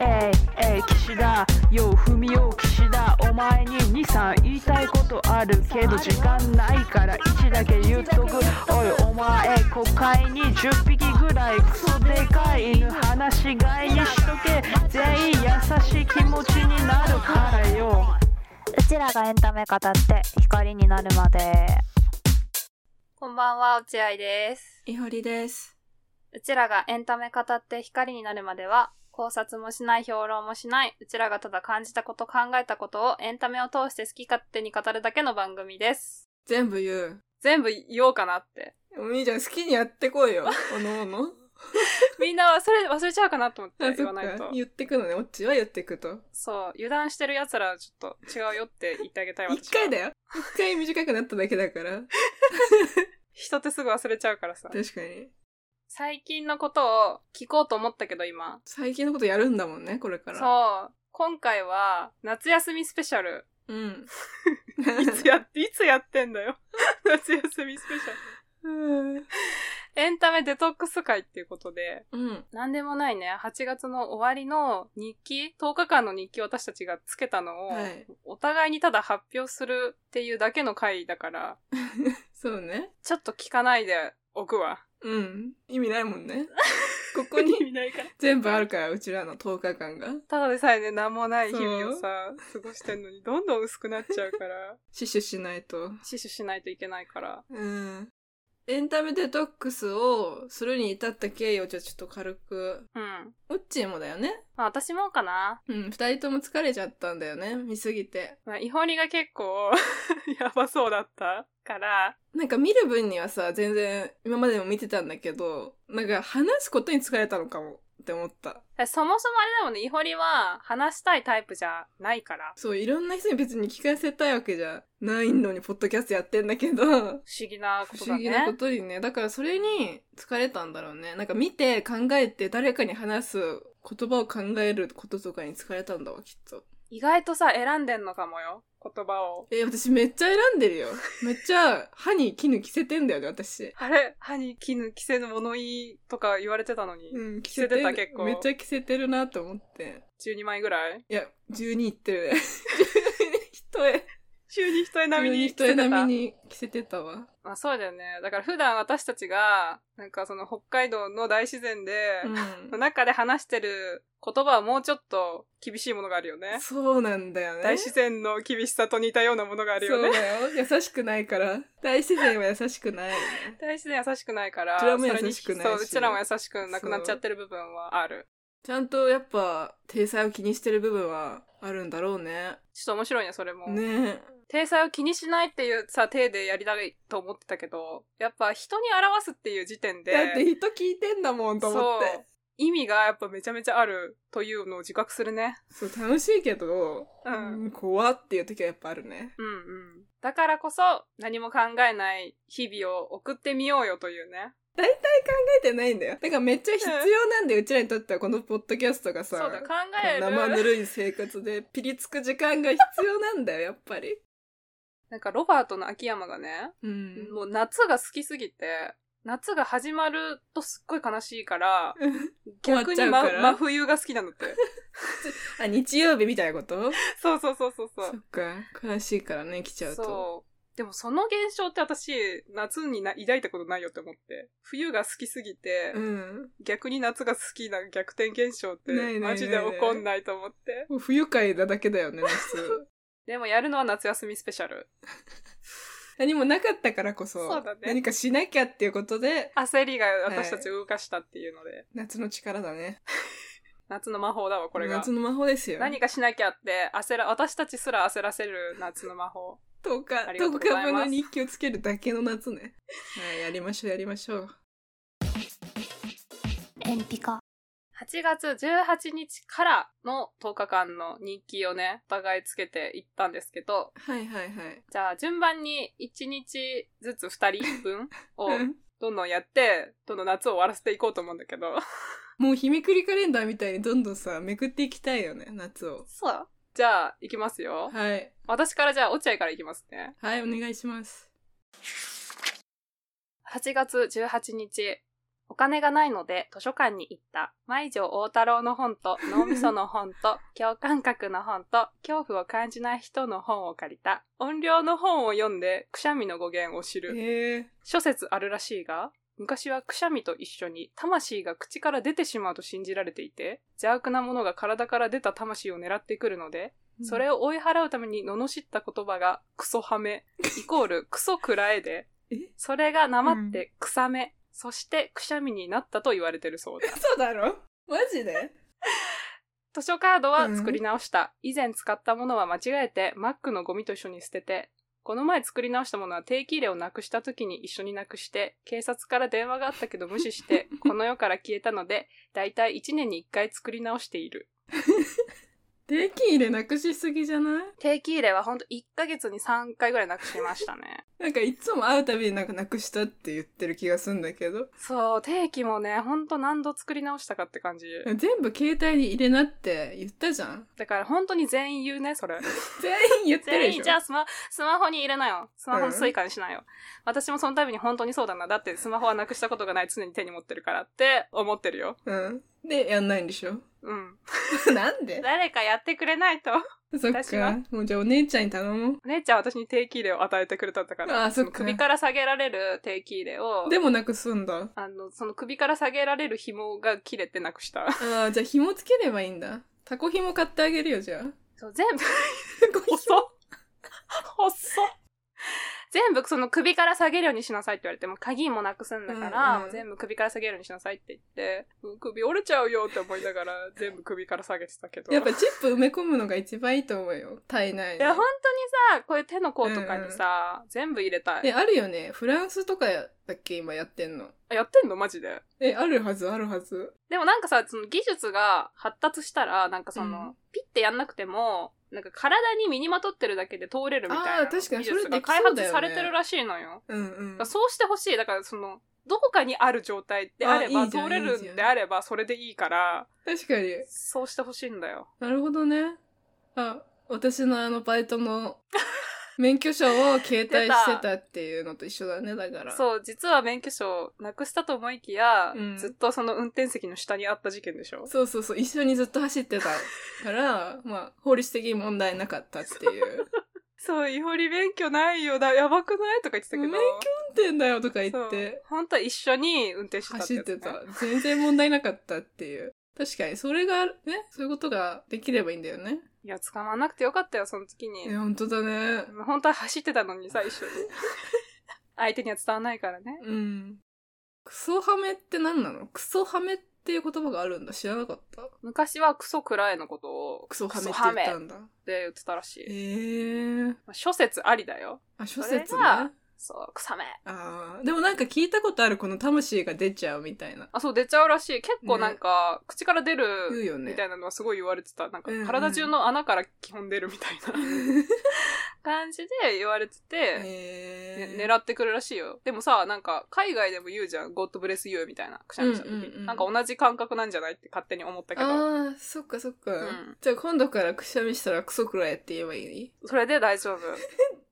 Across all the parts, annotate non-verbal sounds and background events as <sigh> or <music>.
えいえい岸田よう踏みよう岸田お前に23言いたいことあるけど時間ないから1だけ言っとくおいお前国会に10匹ぐらいクソでかい犬話しがいにしとけ全員優しい気持ちになるからようちらがエンタメ語って光になるまでこんばんは、落合です。いほりです。うちらがエンタメ語って光になるまでは、考察もしない、評論もしない、うちらがただ感じたこと、考えたことをエンタメを通して好き勝手に語るだけの番組です。全部言全部言おうかなって。う。お兄ちゃん好きにやってこいよ。おのおの。みんなそれ忘れちゃうかなと思って言わない <laughs> あそっとか。言ってくのね。オッチは言ってくと。そう、油断してる奴らはちょっと違うよって言ってあげたい一回だよ。よ。一回短くなっただけだから。人ってすぐ忘れちゃうからさ。確かに。最近のことを聞こうと思ったけど今。最近のことやるんだもんね、これから。そう。今回は夏休みスペシャル。う。 <laughs> うん。いつやって、いつやってんだよ。 <laughs> 夏休みスペシャル。うん。エンタメデトックス会っていうことで、うん。なんでもないね、8月の終わりの日記、10日間の日記を私たちがつけたのを、はい。お互いにただ発表するっていうだけの会だから、そうね。ちょっと聞かないでおく <laughs> わ。うん。意味ないもん <laughs> ね。ここにないから。全部あるから、うちらの10日間が。ただでさえね、なんもない日々をそさ、過ごしてんのに、どんどん薄くなっちゃう <laughs> から、死守しないと。死守しないといけないから。うん。エンタメデトックスをするに至った経緯をじゃあちょっと軽く。うん。うっちーもだよね。まあ私もかな。うん、二人とも疲れちゃったんだよね、見すぎて。まあ、イホリが結構、 <laughs> やばそうだったから、なんか見る分にはさ、全然今までも見てたんだけど、なんか話すことに疲れたのかもって思った。そもそもあれだもんね、イホリは話したいタイプじゃないから。そう、いろんな人に別に聞かせたいわけじゃないのに、ポッドキャストやってんだけど、不思議なこ不とだ思議なこね。とにね。だからそれに疲れたんだろうね。なんか見て考えて誰かに話す言葉を考えることとかに疲れたんだわ、きっと。意外とさ、選んでんのかもよ。言葉を。え、私めっちゃ選んでるよ。めっちゃ歯に絹着せてんだよね、私。あれ歯に絹着せぬ物言いとか言われてたのに。うん、着せてた結構めっちゃ着せてるなと思って。 12枚ぐらいいや、12いっ <laughs> てるね。12一重。週に一重並みに12着一せて重た。並みに着せてたわ。まあそうだよね。だから普段私たちが、なんかその北海道の大自然でう、のん。中で話してる言葉はもうちょっと厳しいものがあるよね。そうなんだよね。大自然の厳しさと似たようなものがあるそようね。だよ。優しくないから。大自然は優しくないよね。大自然優しくないから、うちらも優しくないしそれにそう、うちらも優しくなくなっちゃってる部分はある。ちゃんとやっぱ、体裁を気にしてる部分はあるんだろうね。ちょっと面白いね、それも。ね体裁を気にしないっていうさ、体でやりたいと思ってたけど、やっぱ人に表すっていう時点え。で、だって人聞いてんだもんと思って。意味がやっぱめちゃめちゃあるというのを自覚するね。そう、楽しいけど、うんうん怖っていう時はやっぱあるね。うんうん。だからこそ、何も考えない日々を送ってみようよというね。考えてないんだよ。だからめっちゃ必要なんだよ。うちらにとってはこのポッドキャストがさ。そうだ、考える。生ぬるい生活でピリつく時間が必要なんだよ、やっぱり。なんかロバートの秋山がね、うん。もう夏が好きすぎて、夏が始まるとすっごい悲しいから、逆に、 <laughs> 終まわっちゃうから真冬が好きなの <laughs> って。あ、日曜日みたいなことそうそうそうそうそそうっ。か。悲しいからね、来ちゃうと。そう。でもその現象って私、夏にな抱いたことないよって思って。冬が好きすぎて、うん。逆に夏が好きな逆転現象ってないない、ないマジで起こんないと思って。もう不愉快なだけだよね、 <laughs> 夏。でもやるのは夏休みスペシャル。何もなかったからこそ、そうだね何かしなきゃっていうことで、焦りが私たちを動かしたっていうので、夏の力だね。夏の魔法だわ、これが夏。の魔法ですよ。何かしなきゃって、焦ら、私たちすら焦らせる夏の魔法。 ?10 日、ありがとうご10ざい日ます分の日記をつけるだけの夏 <laughs> ね。はい、やりましょう、やりましょう。エンピカ8月18日からの10日間の日記をね、お互いつけていったんですけど、はいはいはい。じゃあ順番に1日ずつ2人分をうんどんどんやって、どんどん夏を終わらせていこうと思うんだけど。 <laughs> もう日めくりカレンダーみたいにどんどんさ、めくっていきたいよね、夏を。そう。じゃあ、行きますよ。はい。私からじゃあ、落合から行きますね。はい、お願いします。 8月18日、お金がないので図書館に行った、舞女大太郎の本と、脳みその本と、共感覚の本と、恐怖を感じない人の本を借りた。音量の本を読んで、くしゃみの語源を知る。へえ諸説あるらしいが、昔はくしゃみと一緒に魂が口から出てしまうと信じられていて、邪悪なものが体から出た魂を狙ってくるので、それを、を追い払うために罵った言葉がクソハメ、イコールクソくらえでえ、それがなまってくさめ、そしてくしゃみになったと言われてるそうだ。そうだろマジで図書カードは作り直した。以前使ったものは間違えて、マックのゴミと一緒に捨てて、この前作り直したものは定期入れをなくした時に一緒になくして、警察から電話があったけど無視して、この世から消えたので、だいたい1年に1回作り直している。定期入れなくしすぎじゃない定期入れはほんと1ヶ月に3回ぐらいなくしましたね。なんかいつも会うたびになんかなくしたって言ってる気がするんだけどそう、定期もね、ほんと何度作り直したかって感じ。全部携帯に入れなって言ったじゃんだから本当に全員言うね、それ。全員言ってるで全し員ょじゃあスマスマホに入れなよスマホうんのスイカにしなよ、私もその度に本当にそうだなだってスマホはなくしたことがない常に手に持ってるからって思ってるようんでやんないんでしょ <laughs> うんなんで誰かやってくれないと <laughs> そっ私はかもうじゃあお姉ちゃんに頼もうお姉ちゃんは私に定期入れを与えてくれたんだからあそっか首から下げられる定期入れをでもなくすんだあのその首から下げられる紐が切れてなくしたああ、じゃあ紐つければいいんだ。タコ紐買ってあげるよ、じゃあ。そう全部 <laughs> タコ紐細っ細っ全部その首から下げるようにしなさいって言われてもう鍵もなくすんだから、うんうんもう全部首から下げるようにしなさいって言ってうん首折れちゃうよって思いながら全部首から下げてたけどやっぱチップ埋め込むのが一番いいと思うよ。体内いに。や本当にさこういう手の甲とかにさ、全部入れたいえ、あるよね。フランスとかだっけ今やってんの。やってんのマジでえ、あるはず、あるはず。でもなんかさその技術が発達したらなんかその、うんピッてやんなくてもなんか体に身にまとってるだけで通れるみたいあなー確か技にそれ術ができそうだ開よね発されてるらしいのようんうんだから。そうしてほしい。だからその、どこかにある状態であれば、あいいじゃん通れいいるじゃんんであれば、それでいいから、確かに。そうしてほしいんだよ。なるほどね。あ、私のあのバイトの免許証を携帯してたっていうのと一緒だね、だから。う。そう、実は免許証なくしたと思いきや、うんずっとその運転席の下にあった事件でしょそうそうそう、一緒にずっと走ってたから、 <laughs> まあ、法律的に問題なかったっていう。そう、いほり免許ないよだ、やばくないとか言ってたけど。免許運転だよとか言ってそう。本当は一緒に運転してた走ってやつねた。全然問題なかったっていう。確かに、それがね、そういうことができればいいんだよね。いや、捕まらなくてよかったよ、その時にえ、。本当だね。本当は走ってたのにさ、一 <laughs> 緒に。相手には伝わんないからね。うん。クソハメって何なのクソハメっていう言葉があるんだ。知らなかった。昔はクソくらえのことを、クソハメって言ったんだ。って言ってたらしい。えー。まあ諸説ありだよ。あ、諸説そねれが。そう、草め。あーでもなんか聞いたことあるこの魂が出ちゃうみたいな。あ、そう、出ちゃうらしい。結構なんか、口から出言うるよねみ。たいなのはすごい言われてた。なんかうんうん、体中の穴から基本出るみたいな感じで言われてて、えねー。狙ってくるらしいよ。でもさ、なんか、海外でも言うじゃん。God bless you みたいな。くしゃみしたうんうんう時。んなんか同じ感覚なんじゃないって勝手に思ったけど。ああ、そっかそっか。うんじゃあ今度からくしゃみしたらクソくらえって言えばいいそれで大丈夫。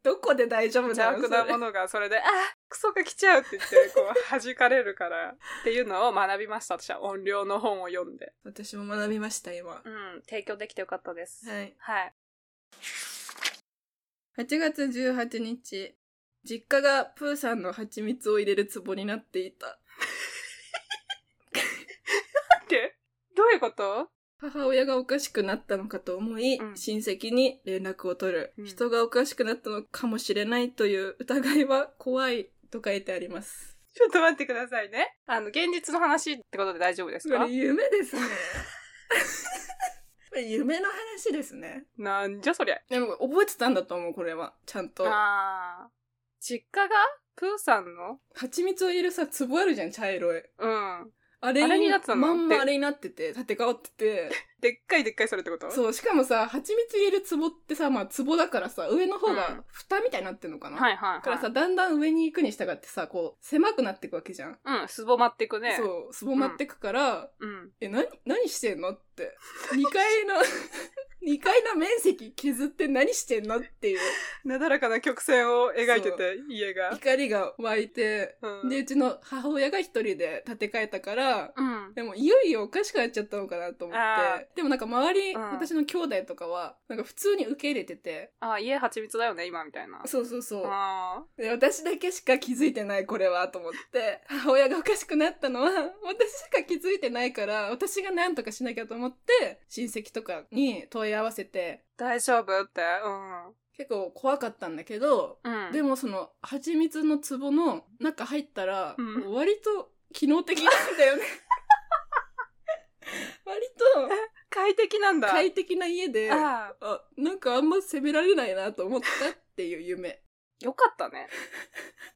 どこで大丈夫邪だ悪なものがそれで、あクソが来ちゃうって言って、こう、弾かれるから。っていうのを学びました。私は音量の本を読んで。私も学びました、今。はうん、提供できてよかったです。い。はい。 8月18日、実家がプーさんの蜂蜜を入れる壺になっていた。って、どういうこと母親がおかしくなったのかと思い、うん親戚に連絡を取る、うん人がおかしくなったのかもしれないという疑いは怖いと書いてあります。ちょっと待ってくださいね。あの、現実の話ってことで大丈夫ですこかれ夢ですね。これ <laughs> 夢の話ですね。なんじゃそりゃ。でも覚えてたんだと思う、これは。ちゃんと。あー実家がプーさんの蜂蜜を入れるさ、壺あるじゃん、茶色い。うん。あれあれになってたのまんでまあれになってて、立て替わってて。でっかいでっかいそれってことう。そう、しかもさ、蜂蜜入れる壺ってさ、まあ壺だからさ、上の方うがん蓋みたいになってんのかな、はいはい、はい。だからさ、だんだん上に行くに従ってさ、こう、狭くなっていくわけじゃん。うん、すぼまってくね。う。そう、すぼまってくから、うん。 <laughs> え、何、何してんのって。2階の、 2階の面積削って何してんのっ <laughs> ていうなだらかな曲線を描いてて、家が。怒りが湧いて、うんで、うちの母親が一人で建て替えたから、うん。でもいよいよおかしくなっちゃったのかなと思っあて、でもなんか周り、うん私の兄弟とかは、なんか普通に受け入れてて、あ、家蜂蜜だよね、今みたいな。そうそうそう。あで私だけしか気づいてないこれはと思って <laughs> 母親がおかしくなったのは私しか気づいてないから私が何とかしなきゃと思って親戚とかに問い合わせてー大丈夫って。結構怖かったんだけど、うん。うん。でもその蜂蜜の壺の中入ったら、うん割と機能的なんだ <laughs> よね割快適なんとだ。快適な家であああ、なんかあんま責められないなと思ったっていう夢よかった <laughs> ね。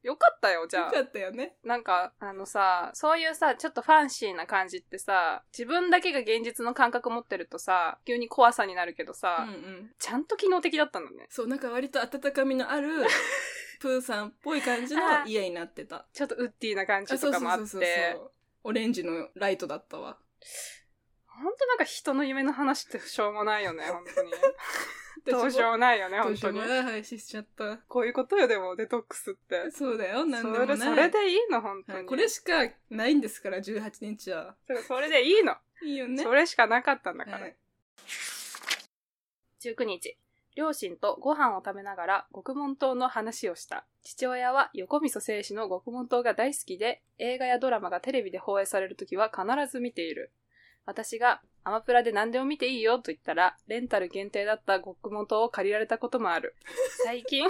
よかったよ、じよゃあか。ったよねなんか、あのさ、そういうさ、ちょっとファンシーな感じってさ、自分だけが現実の感覚持ってるとさ、急に怖さになるけどうさ、んうんちゃんと機能的だったんだね。そう、なんか割と温かみ <laughs> のあるプーさんっぽい感じのあー家になってた。ちょっとウッディな感あじとかもあって、う。オレンジのライトだったわ。ほんとなんか人の夢の話ってしょうもないよ <laughs> ね、本当に。どうし私ようももないよね、ど本うし当ようもに。ない配信しちゃった。こういうことよ、でも、デトックスって。そうだよ、なんでそもなれい。それでいいの、本当はに。いこれしかないんですから、18日は。そうそれでいいの。いいよね。それしかなかったんだから。はい19日、両親とご飯を食べながら獄門島の話をした。父親は横溝正史の獄門島が大好きで、映画やドラマがテレビで放映されるときは必ず見ている。私がアマプラで何でも見ていいよと言ったら、レンタル限定だった獄門島を借りられたこともあ <laughs> る。最近、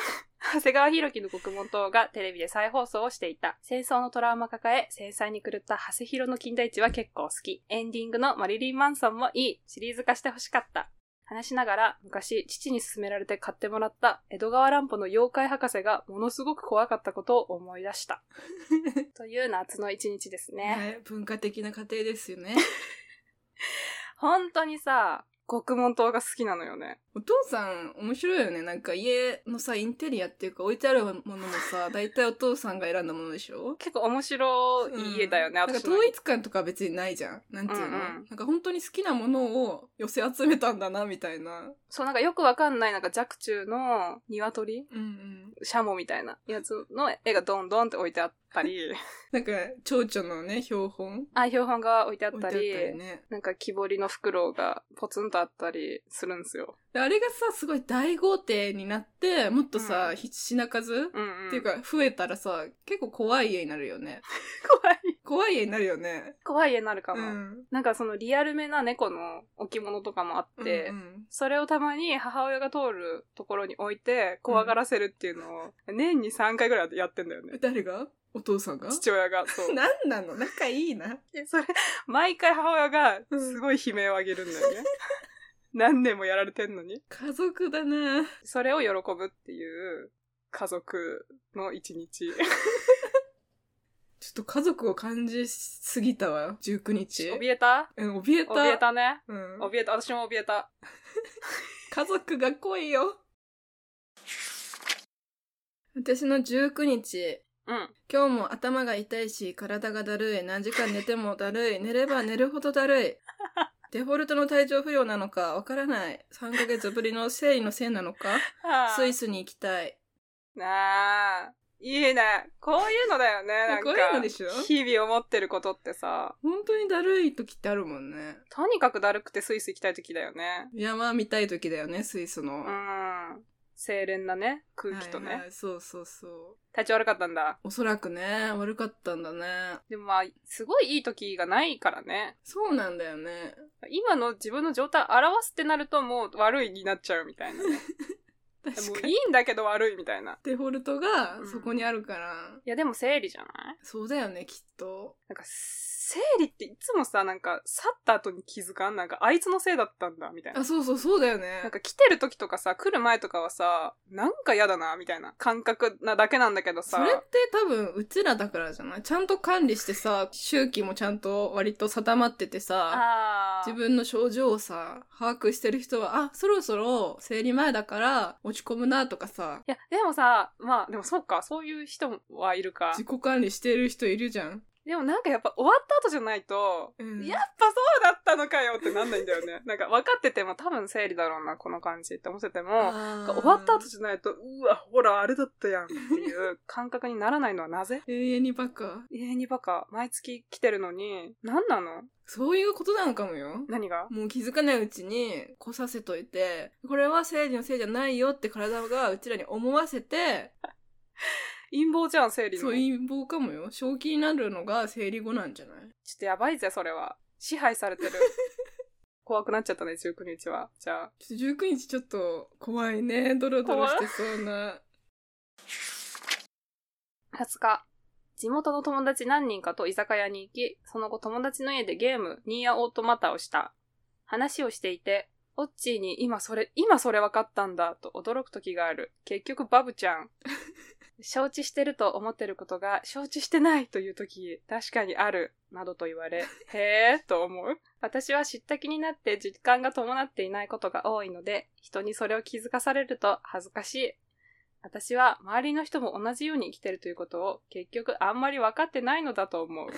長谷川博己の獄門島がテレビで再放送をしていた。戦争のトラウマ抱え、繊細に狂った長谷博の近代一は結構好き。エンディングのマリリン・マンソンもいい。シリーズ化してほしかった。話しながら昔父に勧められて買ってもらった江戸川乱歩の妖怪博士がものすごく怖かったことを思い出 <laughs> した。という夏の一日ですね。はい文化的な家庭ですよね。 <laughs> 本当にさ、獄門島が好きなのよね。お父さん、面白いよね。なんか家のさ、インテリアっていうか置いてあるものもさ、大体お父さんが選んだものでしょ結構面白い家だよね、うんなんか私の統一感とか別にないじゃん。なんていうの、うんうんなんか本当に好きなものを寄せ集めたんだな、みたいな。そう、なんかよくわかんない、なんか若冲の鶏うんうん。シャモみたいなやつの絵がドンドンって置いてあった <laughs> り、なんか、蝶々のね、標本あ、標本が置いてあっ置いてあたったり、りね。なんか木彫りのフクロウがポツンとあったりするんですよ。であれがさ、すごい大豪邸になって、もっとさ、うんひ品数、うんうん。っていうか、増えたらさ、結構怖い家になるよね。 <laughs> 怖い。怖い家になるよね。怖い家になるかうも。ん。なんかそのリアルめな猫の置物とかもあって、うんうんそれをたまに母親が通るところに置いて怖がらせるっていうのを年に3回ぐらいやってんだよね。誰がお父さんが <laughs> 父親が。 <laughs> そう。なんなの仲いいな。でそれ、毎回母親がすごい悲鳴を上げるんだよね。何年もやられてんのに。家族だな。それを喜ぶっていう家族の一日。ちょっと家族を感じすぎたわ、19日。怯えたうん、怯えた。怯えたね。うん。怯えた。私も怯えた。家族が来いよ。私の19日、うん。今日も頭が痛いし、体がだるい、何時間寝てもだるい、寝れば寝るほどだ <laughs> るい。デフォルトの体調不良なのかわからない。3ヶ月ぶりの生理のせいなのかスイス。スに行きたい。なあ。いいね。こういうのだよね。 <laughs> なんか。こういうのでしょ日々思ってることってさ、本当にだるい時ってあるもんね。とにかくだるくてスイス行きたい時だよね。山見たい時だよね、スイスの。うん。清廉なね、空気とね。はいはいそうそうそう。体調悪かったんだ。おそらくね、悪かったんだね。でもまあ、すごいいい時がないからね。そうなんだよね。今の自分の状態を表すってなるともう悪いになっちゃうみたいなね。 <laughs> 確もかうにいいんだけど悪いみたいな。デフォルトがそこにあるから、いやでも生理じゃないそうだよねきっとなんか、生理っていつもさ、なんか、去った後に気づかんなんか、あいつのせいだったんだ、みたいなあ。そうそうそうだよねなんか来てる時とかさ、来る前とかはさ、なんか嫌だな、みたいな感覚なだけなんだけどさ。それって多分うちらだからじゃないちゃんと管理してさ周期もちゃんと割と定まっててさあー自分の症状をさ把握してる人はあそろそろ生理前だから落ち込むなとかさいや、でもさ、まあ、でもそうか、そういう人はいるか。自己管理してる人いるじゃんでもなんかやっぱ終わった後じゃないと、うんやっぱそうだったのかよってなんないんだ <laughs> よね。なんか分かってても多分生理だろうな、この感じって思ってても、あなんーか終わった後じゃないと、うわ、ほら、あれだったやんっていう感覚にならないのはなぜ永遠にバカ永遠にバカ、毎月来てるのに、何なのそういうことなのかもよ何がもう気づかないうちに来させといてこれは生理のせいじゃないよって体がうちらに思わせて陰謀じゃん、生理の。そうちょ陰謀かもよ正気になるのが生理後なんじゃないっとやばいぜ、それは。支配されて <laughs> る。怖くなっちゃったね、19日は。じゃあ。ちょっと19日ちょっと怖いねドロドロしてそうな20日、地元の友達何人かと居酒屋に行き、その後友達の家でゲーム、ニーヤオートマタをした。話をしていて、オッチーに今それ、今それ分かったんだと驚く時がある。結局バブちゃん。承知してると思ってることが承知してないという時、確かにある、などと言われ、へーと思う。私は知った気になって実感が伴っていないことが多いので、人にそれを気づかされると恥ずかしい。私は周りの人も同じように生きてるということを結局あんまり分かってないのだと思う。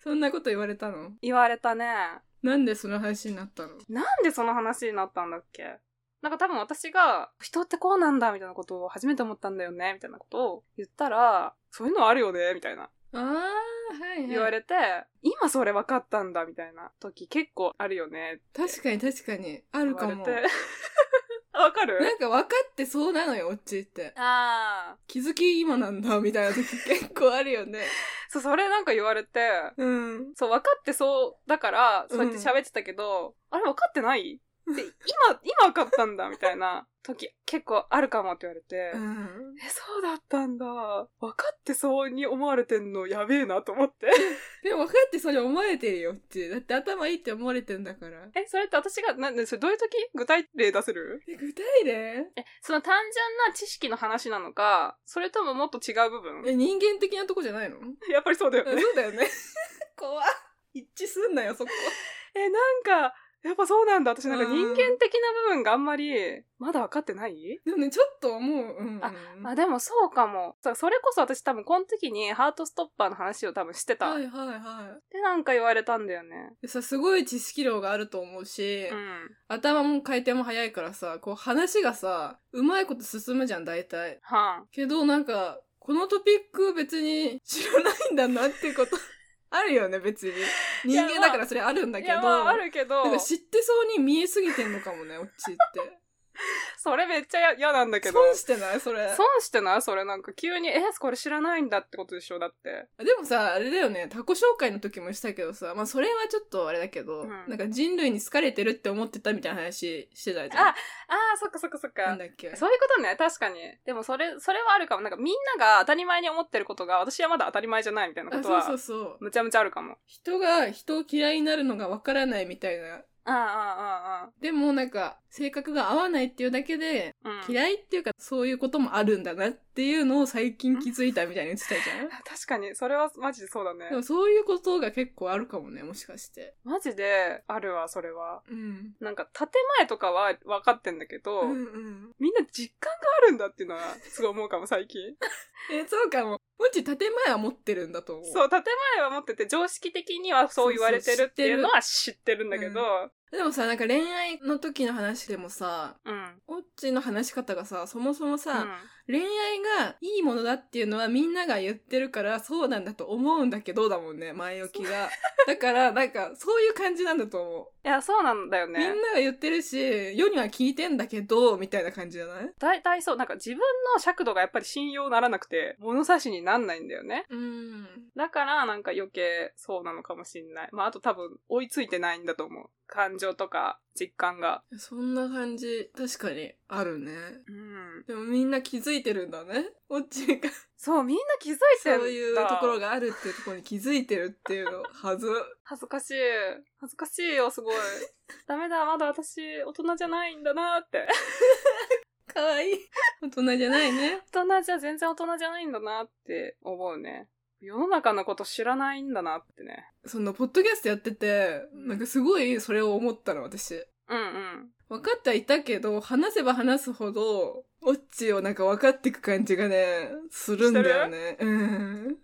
そんなこと言われたの言われたね。なんでその話になったのなんでその話になったんだっけなんか多分私が人ってこうなんだみたいなことを初めて思ったんだよねみたいなことを言ったらそういうのあるよねみたいなあーはい、はい、言われて、今それ分かったんだみたいな時結構あるよねって確かに確かにあ言るわかれても <laughs> あわかるなんか分かってそうなのよオッチってああ。気づき今なんだみたいな時結構あるよねそう、それなんか言われてうん <laughs> そう、分かってそうだから、そうやって喋ってたけど、あれ分かってないって、今、今分かったんだ、みたいな時、結構あるかもって言われて、うんえ、そうだったんだ。分かってそうに思われてんのやべえなと思って。でも分かってそれ思われてるよって。だって頭いいって思われてんだから。え、それって私が、な、なそれどういう時具体例出せるえ、具体例え、その単純な知識の話なのか、それとももっと違う部分え、人間的なとこじゃないのやっぱりそうだよあね。そうだよね。 <laughs> 怖っ一致すんなよ、そこ。え、なんか、やっぱそうなんだ。私なんかうん人間的な部分があんまり、まだ分かってないでもね、ちょっと思う。うん。ああ、でもそうかも。そうそれこそ私多分この時にハートストッパーの話を多分してた。はいはいはで、なんか言われたんだよね。い。でさ、すごい知識量があると思うし、うん。頭も回転も早いからさ、こう話がさ、うまいこと進むじゃん、大体。はん。けどなんか、このトピック別に知らないんだなっ <laughs> てことあるよね、別に。人間だからそれあるんだいけど。や、まああるけどなん、か知ってそうに見えすぎてんのかもね、オッチっそれめっちゃや嫌なんだて。けど。損してないそれ。損してないそれなんか急に、え、これ知らないんだってことでしょだって。でもさ、あれだよね、タコ紹介の時もしたけどさ、まあそれはちょっとあれだけど、うんなんか人類に好かれてるって思ってたみたいな話してたじゃん。ああ、そっかそっかそっなかん。だっけ。そういうことね、確かに。でもそれ、それはあるかも。なんかみんなが当たり前に思ってることが私はまだ当たり前じゃないみたいなこあとそうそはう、そう。むちゃむちゃあるかも。人が人を嫌いになるのがわからないみたいな。ああ、あでもなんか、性格が合わないっていうだけで、あ、ああ。うん。嫌いっていうか、そういうこともあるんだなっていうのを最近気づいたみたいに言ってたじゃん。 <laughs> 確かに、それはマジでそうだねで。もそういうことが結構あるかもね、もしかして。マジであるわ、それは。うん。なんか、建前とかは分かってんだけど、うんうん。みんな実感があるんだっていうのは、すごい思うかも、最近。 <laughs> えそうかも。もち建前は持ってるんだと思う。そう、建前は持ってて、常識的にはそう言われてるっていうのは知ってるんだけど、でもさ、なんか恋愛の時の話でもさ、うん。オッチの話し方がさ、そもそもうんさ、恋愛がいいものだっていうのはみんなが言ってるからそうなんだと思うんだけどだもんね、前置きが。だから、なんかそういう感じなんだと思いや、そうなんだよう。ねみん。なが言ってるし、世には聞いてんだけど、みたいな感じじゃない大体そう、なんか自分の尺度がやっぱり信用ならなくて、物差しになんないんだよね。うん。だから、なんか余計そうなのかもしんない。まあ、あと多分、追いついてないんだと思う。感情とか、実感が。そんな感じ、確かにあるね。うん。でもみんな気づいてるんだね。オッチがそう、みんな気づいてそんだ。ういうところがあるっていうところに気づいてるっていうのはず。恥ずかしい。恥ずかしいよ、すごい。ダメだ、まだ私、大人じゃないんだなって。かわいい。大人じゃないね。大人じゃ、全然大人じゃないんだなって思うね。世の中のこと知らないんだなってね。その、ポッドキャストやってて、なんかすごいそれを思ったの、私。うんうん。分かってはいたけど、話せば話すほど、オッチをなんか分かっていく感じがね、するんだよね。うん。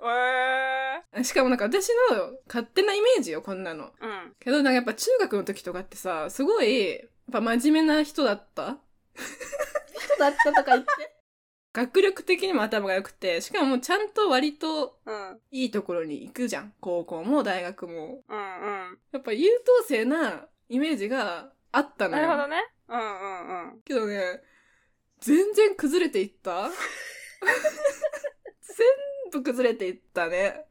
えしかもなんか私の勝手なイメージよ、こんなの。うん。けどなんかやっぱ中学の時とかってさ、すごい、やっぱ真面目な人だった人だったとか言って。 <laughs> 学力的にも頭が良くて、しかもちゃんと割とうん。いいところに行くじゃん。高校も大学も。うん。うん。やっぱ優等生なイメージがあったのなよ。るほどね。うんうんうん。けどね、全然崩れていった <laughs> 全部崩れていったね。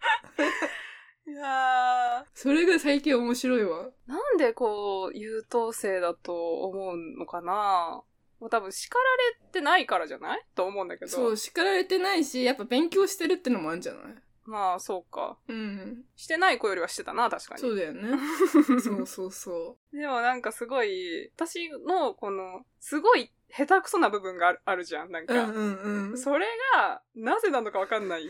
いやそれが最近面白いわ。なんでこう、優等生だと思うのかなもう多分叱られてないからじゃないと思うんだけど。そう、叱られてないし、やっぱ勉強してるってのもあるんじゃないまあ、そうか。うん。してない子よりはしてたな、確かに。そうだよね。 <laughs> そうそうそでもなんかすごい、私のこの、すごい下手くそな部分があるあるじゃん、なんう。か。うんうんうん。それが、なぜなのかわかんない。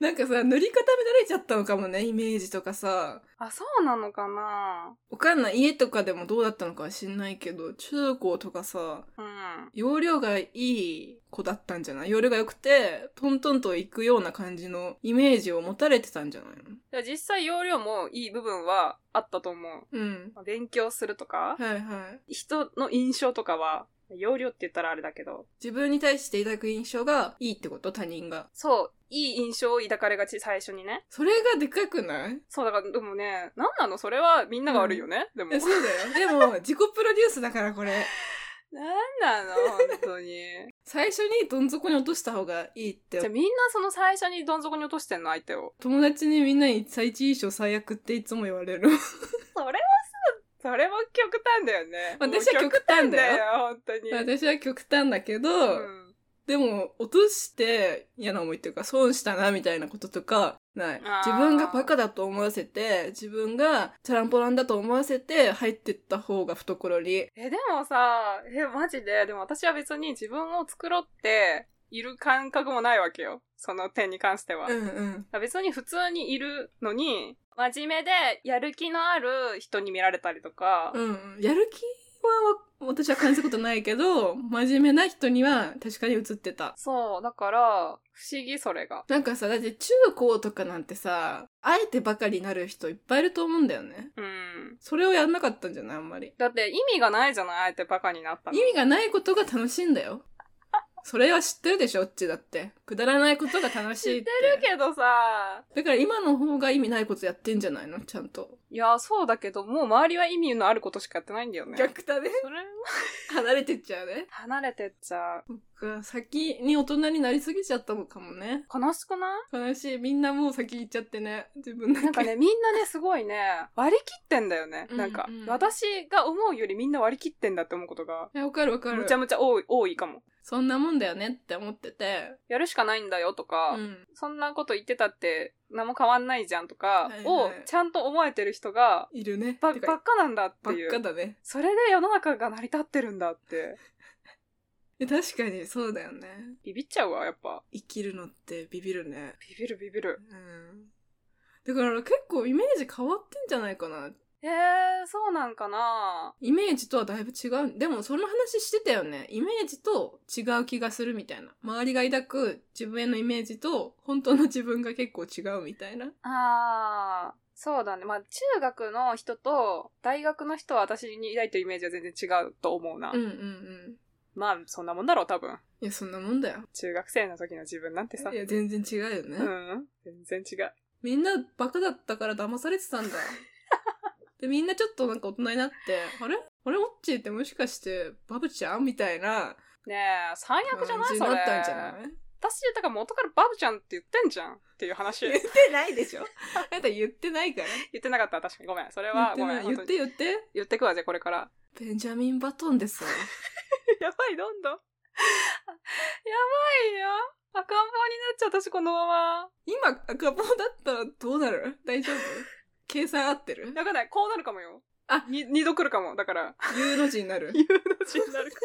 なんかさ、塗り固められちゃったのかもね、イメージとかさ。あ、そうなのかなわかんない。家とかでもどうだったのかは知んないけど、中高とかさ、うん。容量がいい子だったんじゃない容量が良くて、トントンと行くような感じのイメージを持たれてたんじゃないので実際容量もいい部分はあったと思うん。う。勉強するとか、はいはい。人の印象とかは、容量って言ったらあれだけど、自分に対して抱く印象がいいってこと他人が。そう、いい印象を抱かれがち、最初にね。それがでかくないそう、だから、でもね、なんなのそれはみんなが悪いよね、でも。えそうだよ。でも、自己プロデュースだからこれ。なんなの本当に。最初にどん底に落とした方がいいっじゃあて。みんなその最初にどん底に落としてんの相手を。友達にみんなに最一印象最悪っていつも言わ <laughs> れそる。れはさ、それも極端だよね。私はもう極極端端だだよ。よ、本当に。私は極端だけど、うんでも落として嫌な思いっていうか損したなみたいなこととかないあー自分がバカだと思わせて自分がチャランポランだと思わせて入ってった方が懐にえ、でもさ、え、マジで、でも私は別に自分を作ろうっている感覚もないわけよ。その点に関しては。うんうん別に普通にいるのに、真面目でやる気のある人に見られたりとか、うんうんやる気は私は感じたことない <laughs> けど真面目な人には確かに映ってたそう、だから、不思議それが。なんかさだって中高とかなんてさあえてバカになる人いっぱいいると思うんだよねうん。それをやんなかったんじゃないあんまりだって意味がないじゃないあえてバカになったの。意味がないことが楽しいんだよ。それは知ってるでしょっちだって。くだらないことが楽しいって。知ってるけどさ、だから今の方が意味ないことやってんじゃないのちゃんと。いや、そうだけど、もう周りは意味のあることしかやってないんだよね。逆だね。それは離れてっちゃうね。離れてっちゃう。そっか、先に大人になりすぎちゃったのかもね。悲しく <laughs> ない悲しい。みんなもう先行っちゃってね。自分だけ。なんかね、みんなね、すごいね、割り切ってんだよね。うんなんか、うん私が思うよりみんな割り切ってんだって思うことが、いやわかるわかるむち。ゃむちゃ多い、多いかも。そんなもんだよねって思ってて。やるしかないんだよとか、うん。そんなこと言ってたって何も変わんないじゃんとはかいはいをちゃんと思えてる人がいるね。ばてばっかかなんだってばっいかう。だね。それで世の中が成り立ってるんだって。え確かにそうだよね。ビビっちゃうわ、やっぱ。生きるのってビビるね。ビビるビビる。だから結構イメージ変わってんじゃないかな。えー、そうなんかなイメージとはだいぶ違う。でもその話してたよね。イメージと違う気がするみたいな。周りが抱く自分へのイメージと本当の自分が結構違うみたいな。あー、そうだね。まあ、中学の人と大学の人は私に抱いてるイメージは全然違うと思うな。うんうんうん。まあ、そんなもんだろう、多分。いや、そんなもんだよ。中学生の時の自分なんてさ。いや、全然違うよね。うん。全然違う。みんなバカだったから騙されて <laughs> たんだ。で、みんなちょっとなんか大人になって、あれあれ、オッチーってもしかしてバブちゃんみたいなねえ、最悪じゃ感ないじにそなれ。ったんじゃない私、だから元からバブちゃんって言ってんじゃんっていう <laughs> 話。言ってないでしょあなた言ってないから。言ってなかった、確かに。ごめん。それ言はっ、てごめ。なんい本言当にって言って。言ってくわ、じゃあこれ <laughs> から。ベンジャミン・バトンです。やばい、どんどん。やばいよ。赤ん坊になっちゃう、私このまま。今、赤棒だったらどうなる大丈夫 <laughs> 計算合っ <laughs> てるわかんない。こうなるかもよ。あに、二度来るかも。だから、有の字になる言うの字にな <laughs> るか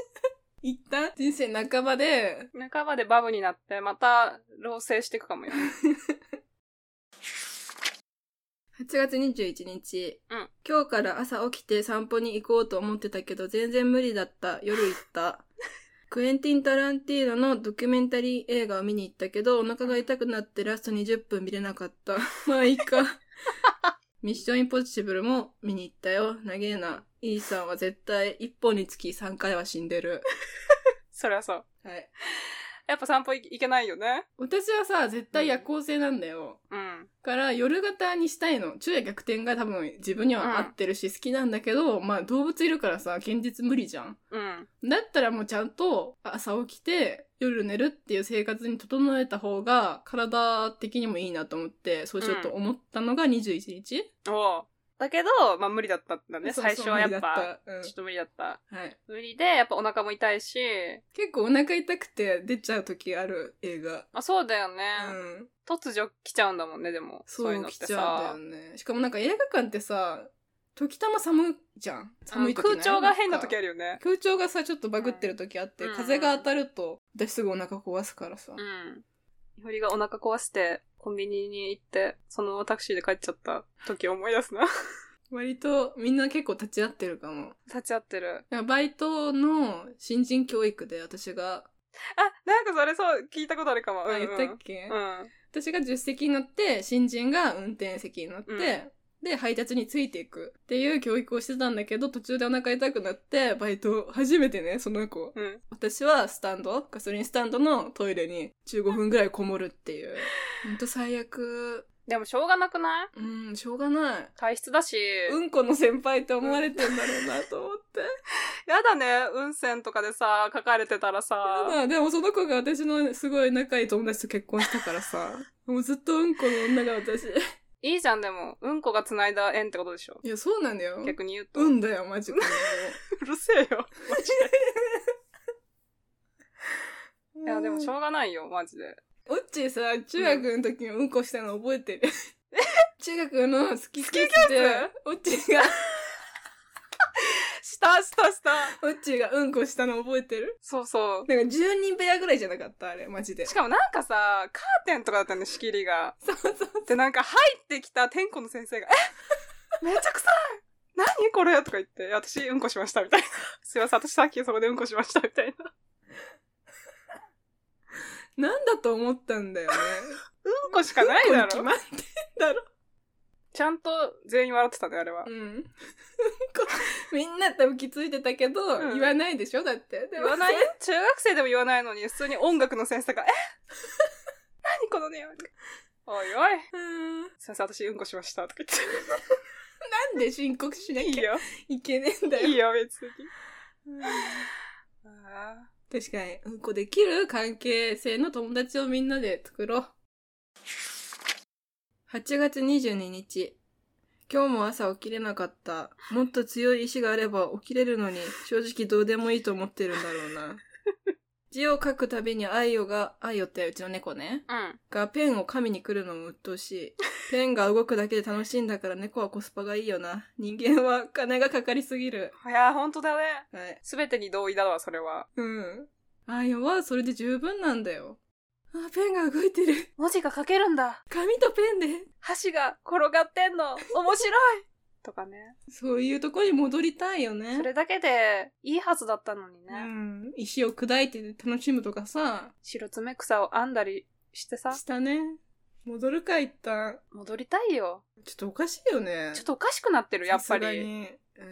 一旦人生半ばで、も。仲間でバブになって、また、老成していくかもよ。 <laughs> 8月21日、うん今日 <laughs> から朝起きて散歩に行こうと思ってたけど全然無理だった。夜行った。クエンティン・タランティーノのドキュメンタリー映画を見に行ったけど、お腹が痛くなってラスト20分見れなかった。 <laughs> まあい <laughs> いか。ミッション・インポッシブルも見に行ったよ。長えな。イーさんは絶対1本につき3回は死んでる。そりゃそう。はい。やっぱ散歩行けないよね。私はさ、絶対夜行性なんだよ。うん。から夜型にしたいの。昼夜逆転が多分自分には合ってるし好きなんだけど、まあ動物いるからさ、現実無理じゃん。うん。だったらもうちゃんと朝起きて夜寝るっていう生活に整えた方が体的にもいいなと思って、そうしようと思ったのが21日。おうだけど、まあ無理だったんだね。そう最初はやっ。そう無理だぱ、たうんちょっと無理だった。はい、無理で、やっぱお腹も痛いし、結構お腹痛くて出ちゃう時ある映画。まあそうだよね。うん、突如来ちゃうんだもんね、でも。そういうのっ来てちゃさう。んだよね。しかもなんか映画館ってさ、時たま寒いじゃん。寒い時空調が変な時ああるよね。空調がさ、ちょっとバグってる時あって、うん風が当たると、私すぐお腹壊すからうさ。ん。いほりがお腹壊して、コンビニに行って、そのままタクシーで帰っちゃった時思い出すな。 <laughs> 割とみんな結構立ち会ってるかも。立ち会ってる。なんかバイトの新人教育で私が、 <laughs> あ、なんかそれそう、聞いたことあるかも。あ言ったっけ、うん。私が助手席に乗って、新人が運転席に乗って、うんで、配達についていくっていう教育をしてたんだけど、途中でお腹痛くなって、バイト、初めてね、その子。うん。私はスタンド、ガソリンスタンドのトイレに15分ぐらいこもるっていう。ほんと最悪。でもしょうがなくないうん、しょうがない。体質だし。うんこの先輩って思われてんだろうなと思って。やだね、運線とかでさ、書かれてたらさ。まあでもその子が私のすごい仲いい友達と結婚したからさ、もうずっとうんこの女が <laughs> 私。いいいじゃん、でも。うんこが繋いだ縁ってことでしょ。や、そうなんだよ。逆に言うと。ううんだよ、マジで。るせえよ。マジいで。いや、でもしょうがないよ、マジで。オッチーさ、中学の時にうんこしたの覚えてる。 <laughs> 中学のスキーキャッツで、オッチーが、した、した、した。 <laughs> オッチーがうんこしたの覚えてるそうそう。なんか10人部屋ぐらいじゃなかったあれ、マジで。しそかもなんかさ、カーテンとかだったよね、仕切りが。うそう。で、なんか入ってきた天子の先生が、えめちゃ臭い何これとか言って、いや私、うんこしました、みたいな。すいません、私さっきそこでうんこしました、みたいな。なんだと思ったんだよね。うんこしかないだうんころに。決まってんだろ。ちゃんと全員笑ってたね、あれはう。ん。こみんな多分気づいてたけど、ん言わないでしょだって。で言もわない中学生でも言わないのに、普通に音楽の先生が、え何この匂いおいおい、うんな先生私うんこしました、とかんで申告しな言 <laughs> って。いいきゃよ、いけねえんだよ。いいよ、別に。うんあ確かに、うんこできる関係性の友達をみんなで作ろう。8月22日。今日も朝起きれなかった。もっと強い意志があれば起きれるのに、正直どうでもいいと思ってるんだろうな。字を書くたびに愛よが、愛よってうちの猫ね。ーがペンを紙に来るのも鬱陶しい。 <laughs> ペンが動くだけで楽しいんだから猫はコスパがいいよな。人間は金がかかりすぎる。うん。いや、ほんとだね。はい。すべてに同意だわ、それは。うん。あやはそれで十分なんだよ。あ、ペンが動いてる。文字が書けるんだ。紙とペンで。箸が転がってんの面白い <laughs> とかね。そういうとこに戻りたいよね。それだけでいいはずだったのにね。うん。石を砕いて楽しむとかさ。白爪草を編んだりしてさ、したね。戻るか、一旦。戻りたいよ。ちょっとおかしいよね。ちょっとおかしくなってる、やっぱさすがり。にう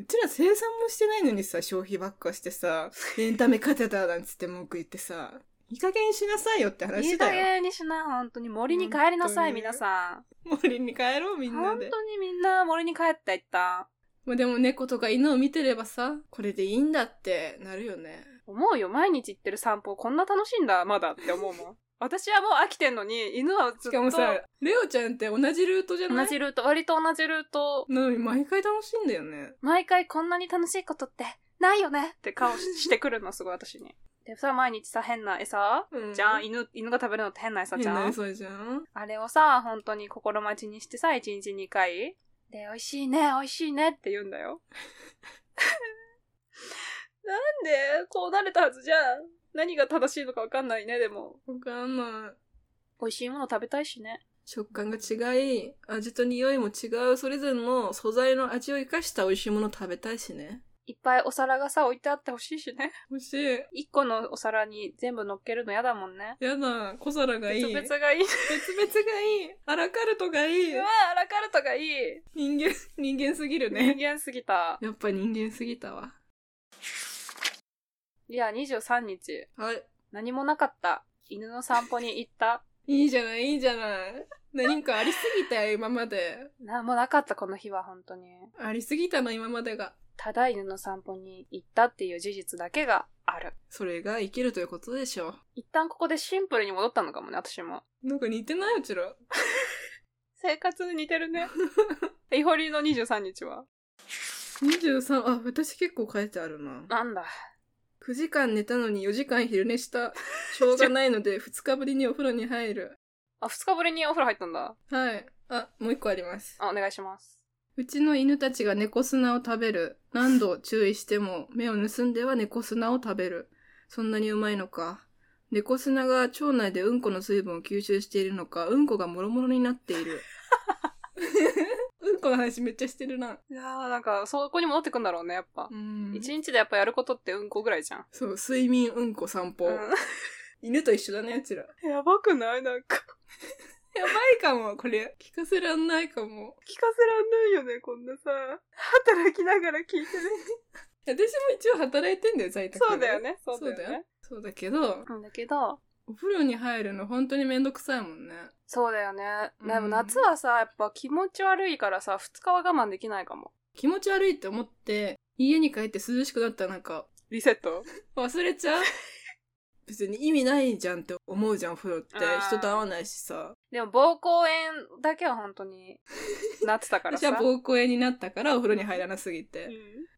ん、うちら生産もしてないのにさ消費ばっかし <laughs> てさエンタメ勝てたなんつって文句言ってさいい加減しなさいよっていい話加だよ減にしな、本当に。森に帰りなさい、本当に皆さ森に帰ろうみん。んな本で、当にみんな森に帰っていった。まあ、でも猫とか犬を見てればさこれでいいんだってなるよね思うよ、毎日行ってる散歩、こんな楽しいんだ、まだって思うも <laughs> ん。私はもう飽きてんのに、犬はずしっとかもさレオちゃんって同じルートじゃな同いじルート、割と同じルート、なのに毎回楽しいんだよね毎回こんなに楽しいことってないよねって顔ししてくるの、すごい私に。で、さ、毎日さ、変な餌、うんじゃん犬、犬が食べるのって変な餌じ変ゃなんそうじゃんあれをさ、本当に心待ちにしてさ、1日2回。で、美味しいね、美味しいねって言うんだよ。 <laughs> なんで、こうなれたはずじゃん。何が正しいのかわかんないね、でも。わかんない美味しいもの食べたいしね。食感が違い味と匂いも違うそれぞれの素材の味を生かした美味しいものを食べたいしねいっぱいお皿がさ、置いてあってほしいしね。欲しい。一個のお皿に全部乗っけるの嫌だもんね。やだ、小皿がいい。別々 <laughs> がいい。。別々がいい。アラカルトがいいうわ、アラカルトがいい。人間、人間すぎる人ね。間すぎた。やっぱ人間すぎたわ。いや、23日、はい。何もなかった。犬の散歩に行った。いいじゃない、いいじゃない。何かありすぎたよ、今まで。何もなかった、この日は、本当に。ありすぎたの、今までが。ただ犬の散歩に行ったっていう事実だけがある。それが生きるということでしょ一旦ここでシンプルに戻ったのかもね、私も。う。なんか似てないうちら。生活に似てる <laughs> ね。イホリの23日は23、あ、私結構書いてあるな。なんだ。 9時間寝たのに4時間昼寝 <laughs> した。しょうがないので、2日ぶりにお風呂に入る。あ、二日ぶりにお風呂入ったんだ。はい。あ、もう一個あります。あ、お願いします。うちの犬たちが猫砂を食べる。何度注意しても目を盗んでは猫砂を食べる。そんなにうまいのか。猫砂が腸内でうんこの水分を吸収しているのか、うんこがもろもろになっている。 <laughs> うんこの話めっちゃしてるな。いやー、なんか、そこに戻ってくんだろうね、やっぱう。ん。一日でやっぱやることってうんこぐらいじゃん。そう、睡眠、うんこ、散歩。犬と一緒だね、うちら。やうんやばくないなんか。ばいかも、これ。聞かせらんないかも。聞かせらんないよね、こんなさ。働きながら聞いてね。私も一応働いてんだよ、在宅で <laughs> そうだよね、そうそうだだよねよ。。そうだけど、なんだけど、お風呂に入るの本当にめんどくさいもんね。そうだよね。うんでも夏はさ、やっぱ気持ち悪いからさ、二日は我慢できないかも。気持ち悪いって思って、家に帰って涼しくなったらなんか、リセット忘れちゃう <laughs> 別に意味ないじゃんって思うじゃん、お風呂ってあー。人と会わないしさ。でも、膀胱炎だけは本当 <laughs> になってたから私さ。は膀胱炎になったからお風呂に入らなすぎて。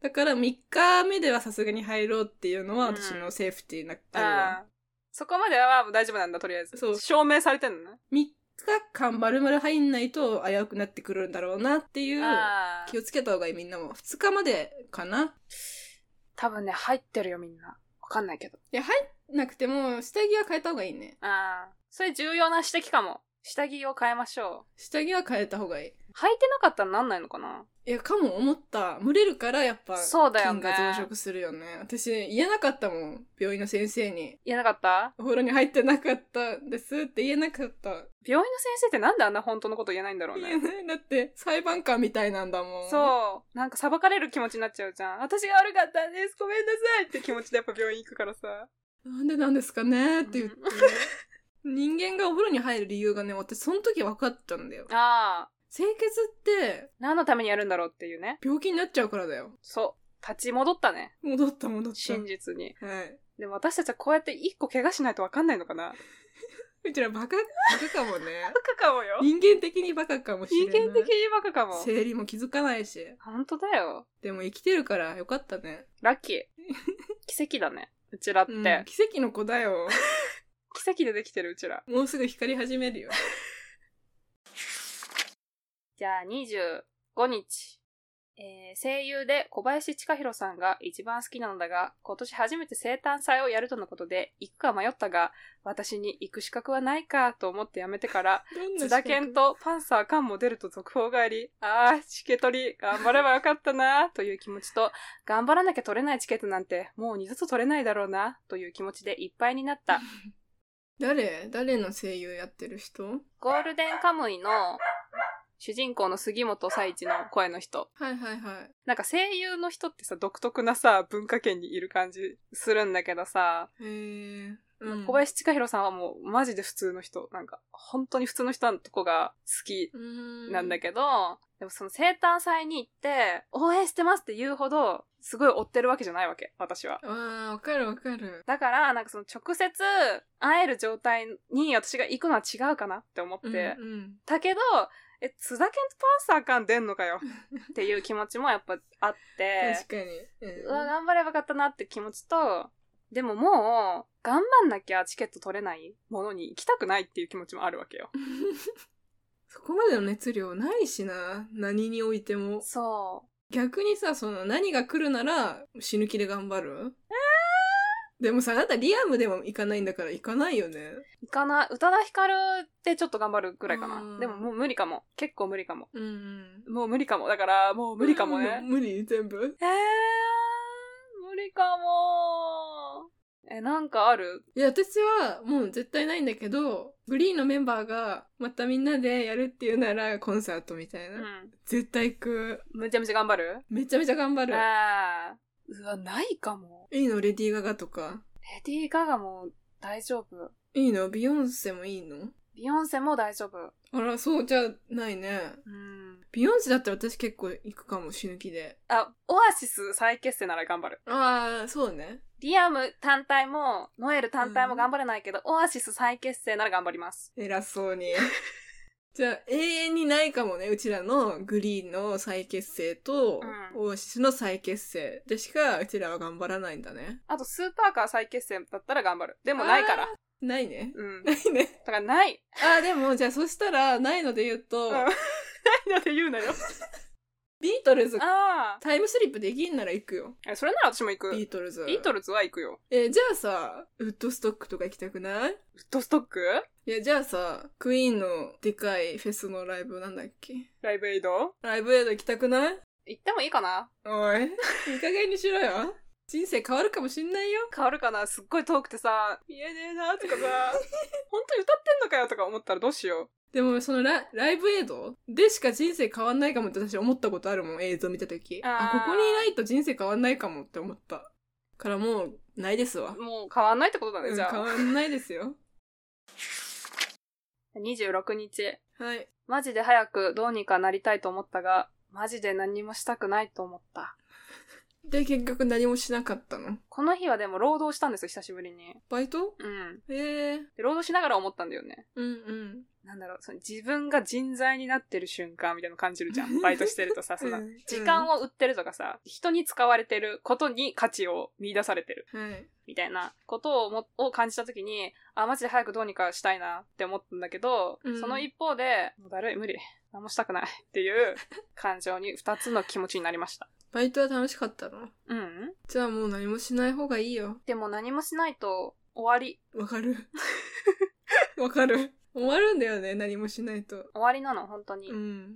だから3日目ではさすがに入ろうっていうのはうん私のセーフティーな、うん、あるわ。あーそこまではもう大丈夫なんだ、とりあえず。そう証明されてんのね。 3日間丸々入んないと危うくなってくるんだろうなっていう、ああ気。をつけた方がいいみんなも。2日までかな多分ね、入ってるよ、みんな。わかんないけど。いや、入んなくても下着は変えた方がいいね。ああ。それ重要な指摘かも。下着を変えましょ下着は変えた方がいい。う。履いてなかったらなんないのかないや、かも思った。蒸れるから、やっぱ、そうだよね菌が増殖するよね。私、言えなかったもん。病院の先生に。言えなかったお風呂に入ってなかったんですって言えなかった。病院の先生ってなんであんな本当のこと言えないんだろう言ねえ。ない。だって、裁判官みたいなんだもん。そう。なんか裁かれる気持ちになっちゃうじゃん。私が悪かったんです。ごめんなさいって気持ちでやっぱ病院行くからさ。う。なんでなんですかねって言って。人間がお風呂に入る理由がね、私、その時分かったんだよ。ああ。清潔って、何のためにやるんだろうっていうね。病気になっちゃうからだよ。そう。立ち戻ったね。戻った戻っ真実に。た。はい。でも私たちはこうやって一個怪我しないとわかんないのかな。うちらバカ、バカかもね。 <laughs> バカかもよ人間的にバカかもし人れない。間的にバカかも。生理も気づかないし。本当だよ。でも生きてるからよかったね。ラッ <laughs> キー。奇跡だね。うちらって。うん、奇跡の子だよ。 <laughs> 奇跡でできてるうちら。もうすぐ光り始めるよ。じゃあ25日。えー声優で小林千佳弘さんが一番好きなのだが、今年初めて生誕祭をやるとのことで、行くか迷ったが、私に行く資格はないかと思ってやめてから、どん津田健とパンサー菅も出ると続報があり、ああ、チケ取り、頑張ればよかったな、という気持ちと、頑張らなきゃ取れないチケットなんて、もう二度と取れないだろうな、という気持ちでいっぱいになった。誰誰の声優やってる人ゴールデンカムイの、主人公の杉本彩一の声の人。はいはいはい。なんか声優の人ってさ、独特なさ、文化圏にいる感じするんだけどさ、へー。うん小林千佳弘さんはもうマジで普通の人。なんか、本当に普通の人のとこが好きなんだけけど、でもその生誕祭に行って、応援してますって言うほど、すごい追ってるわけじゃないわけ、私は。ど。あー、わかるわかる。だから、なんかその直接会える状態に私が行くのは違うかなって思って、うんうん、だけど、え、津田健とパンサー感出んのかよっていう気持ちもやっぱあって、 <laughs> 確かに。うわ、頑張ればよかったなって気持ちと、でももう、頑張んなきゃチケット取れないものに行きたくないっていう気持ちもあるわけよ。うん、そこまでの熱量ないしな。何においても。そ逆にさ、その何が来るなら死ぬ気で頑張るでもさ、あなたリアムでも行かないんだから行かないよね。う。行かない。宇多田ヒカルってちょっと頑張るくらいかうな。んでももう無理かも。結構無理かも。うん、うん。もう無理かも。だから、もう無理かもね。無理、全部。えー、かもえ、なんかあるいや、私はもう絶対ないんだけど、グリーンのメンバーがまたみんなでやるっていうならコンサートみたいうな。ん。絶対行く。むちゃむちゃ頑張るめちゃめちゃ頑張る。ああ。うわ、ないかも。いいのレディー・ガガとか。レディー・ガガも大丈夫。いいのビヨンセもいいのビヨンセも大丈夫。あら、そうじゃないね。うん。ビヨンセだったら私結構行くかも、死ぬ気で。あ、オアシス再結成なら頑張る。ああ、そうね。リアム単体も、ノエル単体も頑張れないけど、オアシス再結成なら頑張ります。偉そう <laughs> に。じゃあ、永遠にないかもね。うちらのグリーンの再結成と、うオアシスの再結成でしか、うちらは頑張らないんだね。あと、スーパーカー再結成だったら頑張る。でもないから。ない <laughs> ね。うん。だないね。からない。 <laughs> ああ、でも、じゃあ、そしたら、ないので言うと、うんないので言うなよ。ビートルズ、あタイムスリップできんなら行くよ。あ。えそれなら私も行く。ビビートルズ。ートルズは行くよ。えーじゃあさ、ウッドストックとか行きたくないウッドストックいや、じゃあさ、クイーンのでかいフェスのライブなんだっけライブエイドライブエイド行きたくない行ってもいいかなお <laughs> い、いい加減にしろよ。人生変わるかもしんないよ。変わるかなすっごい遠くてさ、見えねえな <laughs> とかさ、本当に歌ってんのかよとか思ったらどうしよでも、そのラライブエイドでしか人生変わんないかもって私思ったことあるもん、映像見たとき。ああーここにいないと人生変わんないかもって思った。からもう、ないですわう。。もう変わんないってことだうね、んじゃ変あ。わんないですよ。 26日。はい。マジで早くどうにかなりたいと思ったが、マジで何もしたくないと思った。で、結局何もしなかったの。この日はでも労働したんですよ、久しぶりに。バイトうん。ええで労働しながら思ったんだよね。うんうん。なんだろう、その自分が人材になってる瞬間みたいなの感じるじ <laughs> ゃん。バイトしてるとさ、そのうん時間を売ってるとかさ、人に使われてることに価値を見出されてる。はい。みたいなことをもを感じた時に、あ、マジで早くどうにかしたいなって思ったんだけど、うんその一方で、もうだるい、無理、何もしたくないっていう感情に二つの気持ちになりました。バイトは楽しかったのうん。じゃあもう何もしない方がいいよ。でも何もしないと終わり。わかる。 <laughs> わかる。終わるんだよね、何もしないと。終わりなの、本当に。うん。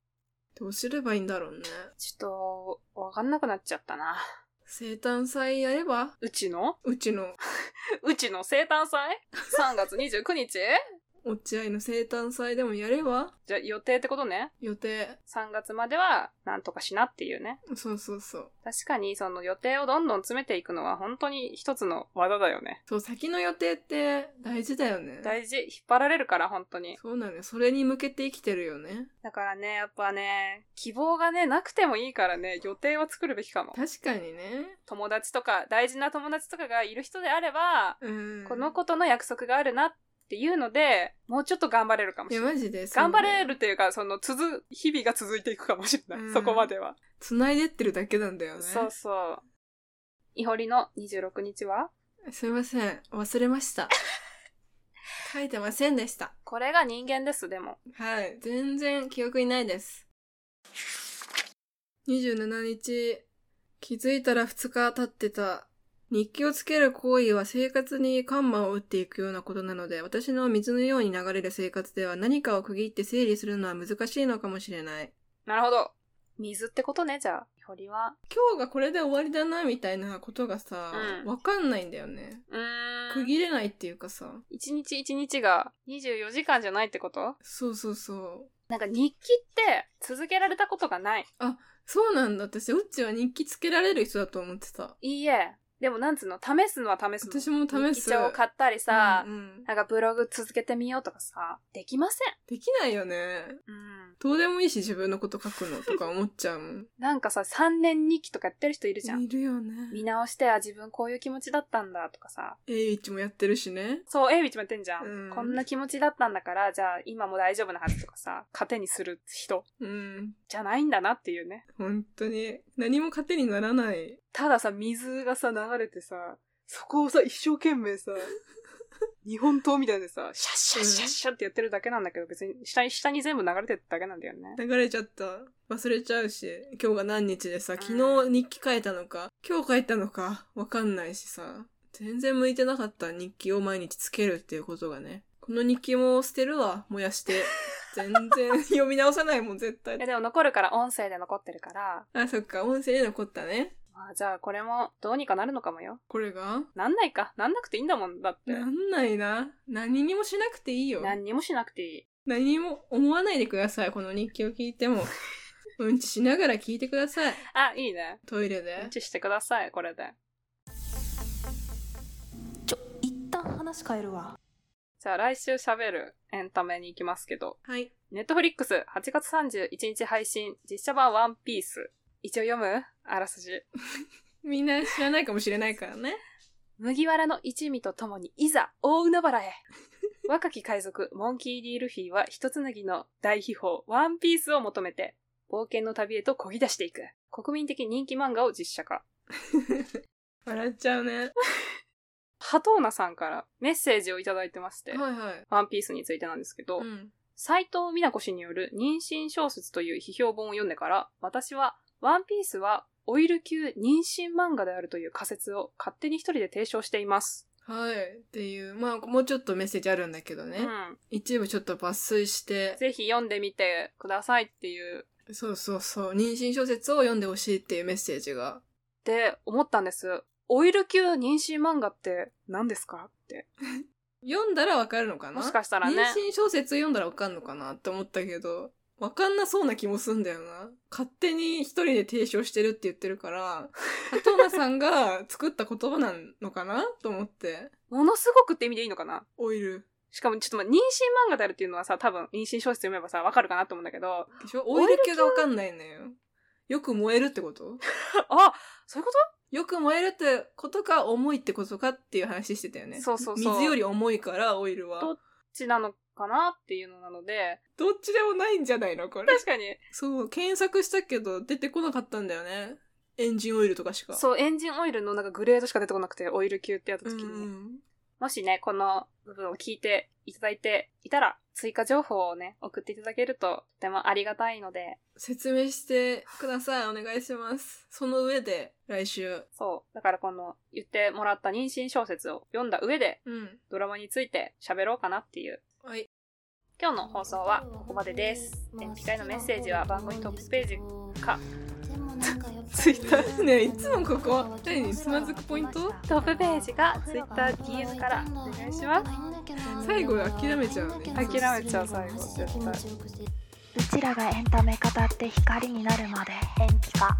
どうすればいいんだろうね。ちょっと、わかんなくなっちゃったな。生誕祭やればうちのうちの <laughs> うちの生誕祭 ?3 月29日 <laughs> 落合の生誕祭でもやればじゃあ予定ってことね。予定。 3月まではなんとかしなっていうね。そうそうそう。確かにその予定をどんどん詰めていくのは本当に一つの技だよね。そう、先の予定って大事だよね。大事。引っ張られるから、本当に。そうなのよ。それに向けて生きてるよね。だからね、やっぱね、希望がね、なくてもいいからね、予定は作るべきかも。確かにね。友達とか、大事な友達とかがいる人であれば、うん。この子との約束があるなっていうので、もうちょっと頑張れるかもいしや、れない。マジで。そ頑う張れるっていうか、その、続、日々が続いていくかもしれうなんい。そこまでは。繋いでってるだけなんだよね。そうそう。いほりの26日はすいません。忘れま <laughs> した。書いてませんでした。これが人間です、でも。はい。全然記憶にないです。27日、気づいたら2日経ってた。日記をつける行為は生活にカンマを打っていくようなことなので、私の水のように流れる生活では何かを区切って整理するのは難しいのかもしれない。なるほど。水ってことね、じゃあ。いほりは。今日がこれで終わりだな、みたいなことがさ、うんわ、かんないんだよね。うーん。区切れないっていうかさ。一日一日が24時間じゃないってことそうそうそう。なんか日記って続けられたことがない。そうなんだ。私、うっちは日記つけられる人だと思ってた。いいえ。でもなんつうの、試すのは試すの。私も試日記す。帳を買ったりさ、うんうんなんかブログ続けてみようとかさ、できません。できないよね。うん。どうでもいいし、自分のこと書くのとか思っちゃうもん。なんかさ、3年日記とかやってる人いるじゃん。いるよ見ね。直して、あ、自分こういう気持ちだったんだとかさ。えいちもやってるしね。そう、エイビッチもやってんじゃん,、うんこんな気持ちだったんだから、じゃあ今も大丈夫なはずとかさ、糧にする人うん。じゃないんだなっていうね。本当に。何も糧にならない。たださ、水がさ、流れてさ、そこをさ、一生懸命さ、日本刀みたいでさ、シャッシャッシャッシャッってやってるだけなんだけど、別に下に、下に全部流れてるだけなんだよね。流れちゃった。忘れちゃうし。今日が何日でさ、昨日日記書いたのか、今日書いたのか、わかんないしさ。全然向いてなかった日記を毎日つけるっていうことがね。この日記も捨てるわ、燃 <laughs> やして。全然読み直さないもん、絶対いや、。でも残るから、音声で残ってるから、あ、そっか、音声で残ったね。あじゃあこれもどうにかなるのかもよ。これがなんないか。なんなくていいんだもん。だって。なんないな。何にもしなくていいよ。何にもしなくていい。何にも思わないでください。この日記を聞い <laughs> ても。うんちしながら聞いてください。あ、いいね。トイレうんで。ちしてください、これで。ちょ一旦話変えるわじゃあ来週喋るエンタメに行きますけど。はい。ネットフリックス8月31日配信、実写版ワンピース。一応読むあらすじ。みんな知らないかもしれないからね。麦わらの一味とともにいざ大海原 <laughs> へ若き海賊モンキー・ディ・ルフィは一つなぎの大秘宝ワンピースを求めて冒険の旅へと漕ぎ出していく国民的人気漫画を実写化笑っちゃうね。ハトーナさんからメッセージをいただいてまして、はいはい。ワンピースについてなんですけど、うん。斉藤美奈子氏による妊娠小説という批評本を読んでから、私は、ワンピースはオイル級妊娠漫画であるという仮説を勝手に一人で提唱しています。はい。っていう。まあ、もうちょっとメッセージあるんだけどね。うん。一部ちょっと抜粋して、ぜひ読んでみてくださいっていう、そうそうそう、妊娠小説を読んでほしいっていうメッセージが。って思ったんです。オイル級妊娠漫画って何ですかって。読んだらわかるのかなもしかしたらね妊娠小説読んだらわかんのかなって思ったけど、わかんなそうな気もすんだよな。勝手に一人で提唱してるって言ってる <laughs> から、鳩ナさんが作った言葉なのかなと思って。ものすごくって意味でいいのかなオイル。しかもちょっとまあ妊娠漫画であるっていうのはさ、多分妊娠小説読めばさ、わかるかなと思うんだけど、でしょオイル系がわかんないのよ。よく燃えるってこと <laughs> あ、そういうこよく燃えるってことか重いってことかっていう話してたよと、ね。そうそうそう。水より重いからオイルは。どっちなのかなっていうのなので、どっちでもないんじゃないのこれ。確かに。そう、検索したけど出てこなかったんだよね。エンジンオイルとかしか。そう、エンジンオイルのなんかグレードしか出てこなくて、オイル級ってやったうん時うに。ん。もしね、この部分を聞いていただいていたら、追加情報をね、送っていただけると、とてもありがたいので、説明してください。お願いします。その上で、来週。そう。だからこの、言ってもらった妊娠小説を読んだ上で、うん。ドラマについて喋ろうかなっていう。はい。今日の放送はここまでです。え次回のメッセージは番組トップページか、ツイッターねえいつもここ何つまずくポイントトップページがツイッター DM からお願いします最後諦めちゃうね諦めちゃう最後絶対うちらがエンタメ語って光になるまで延期か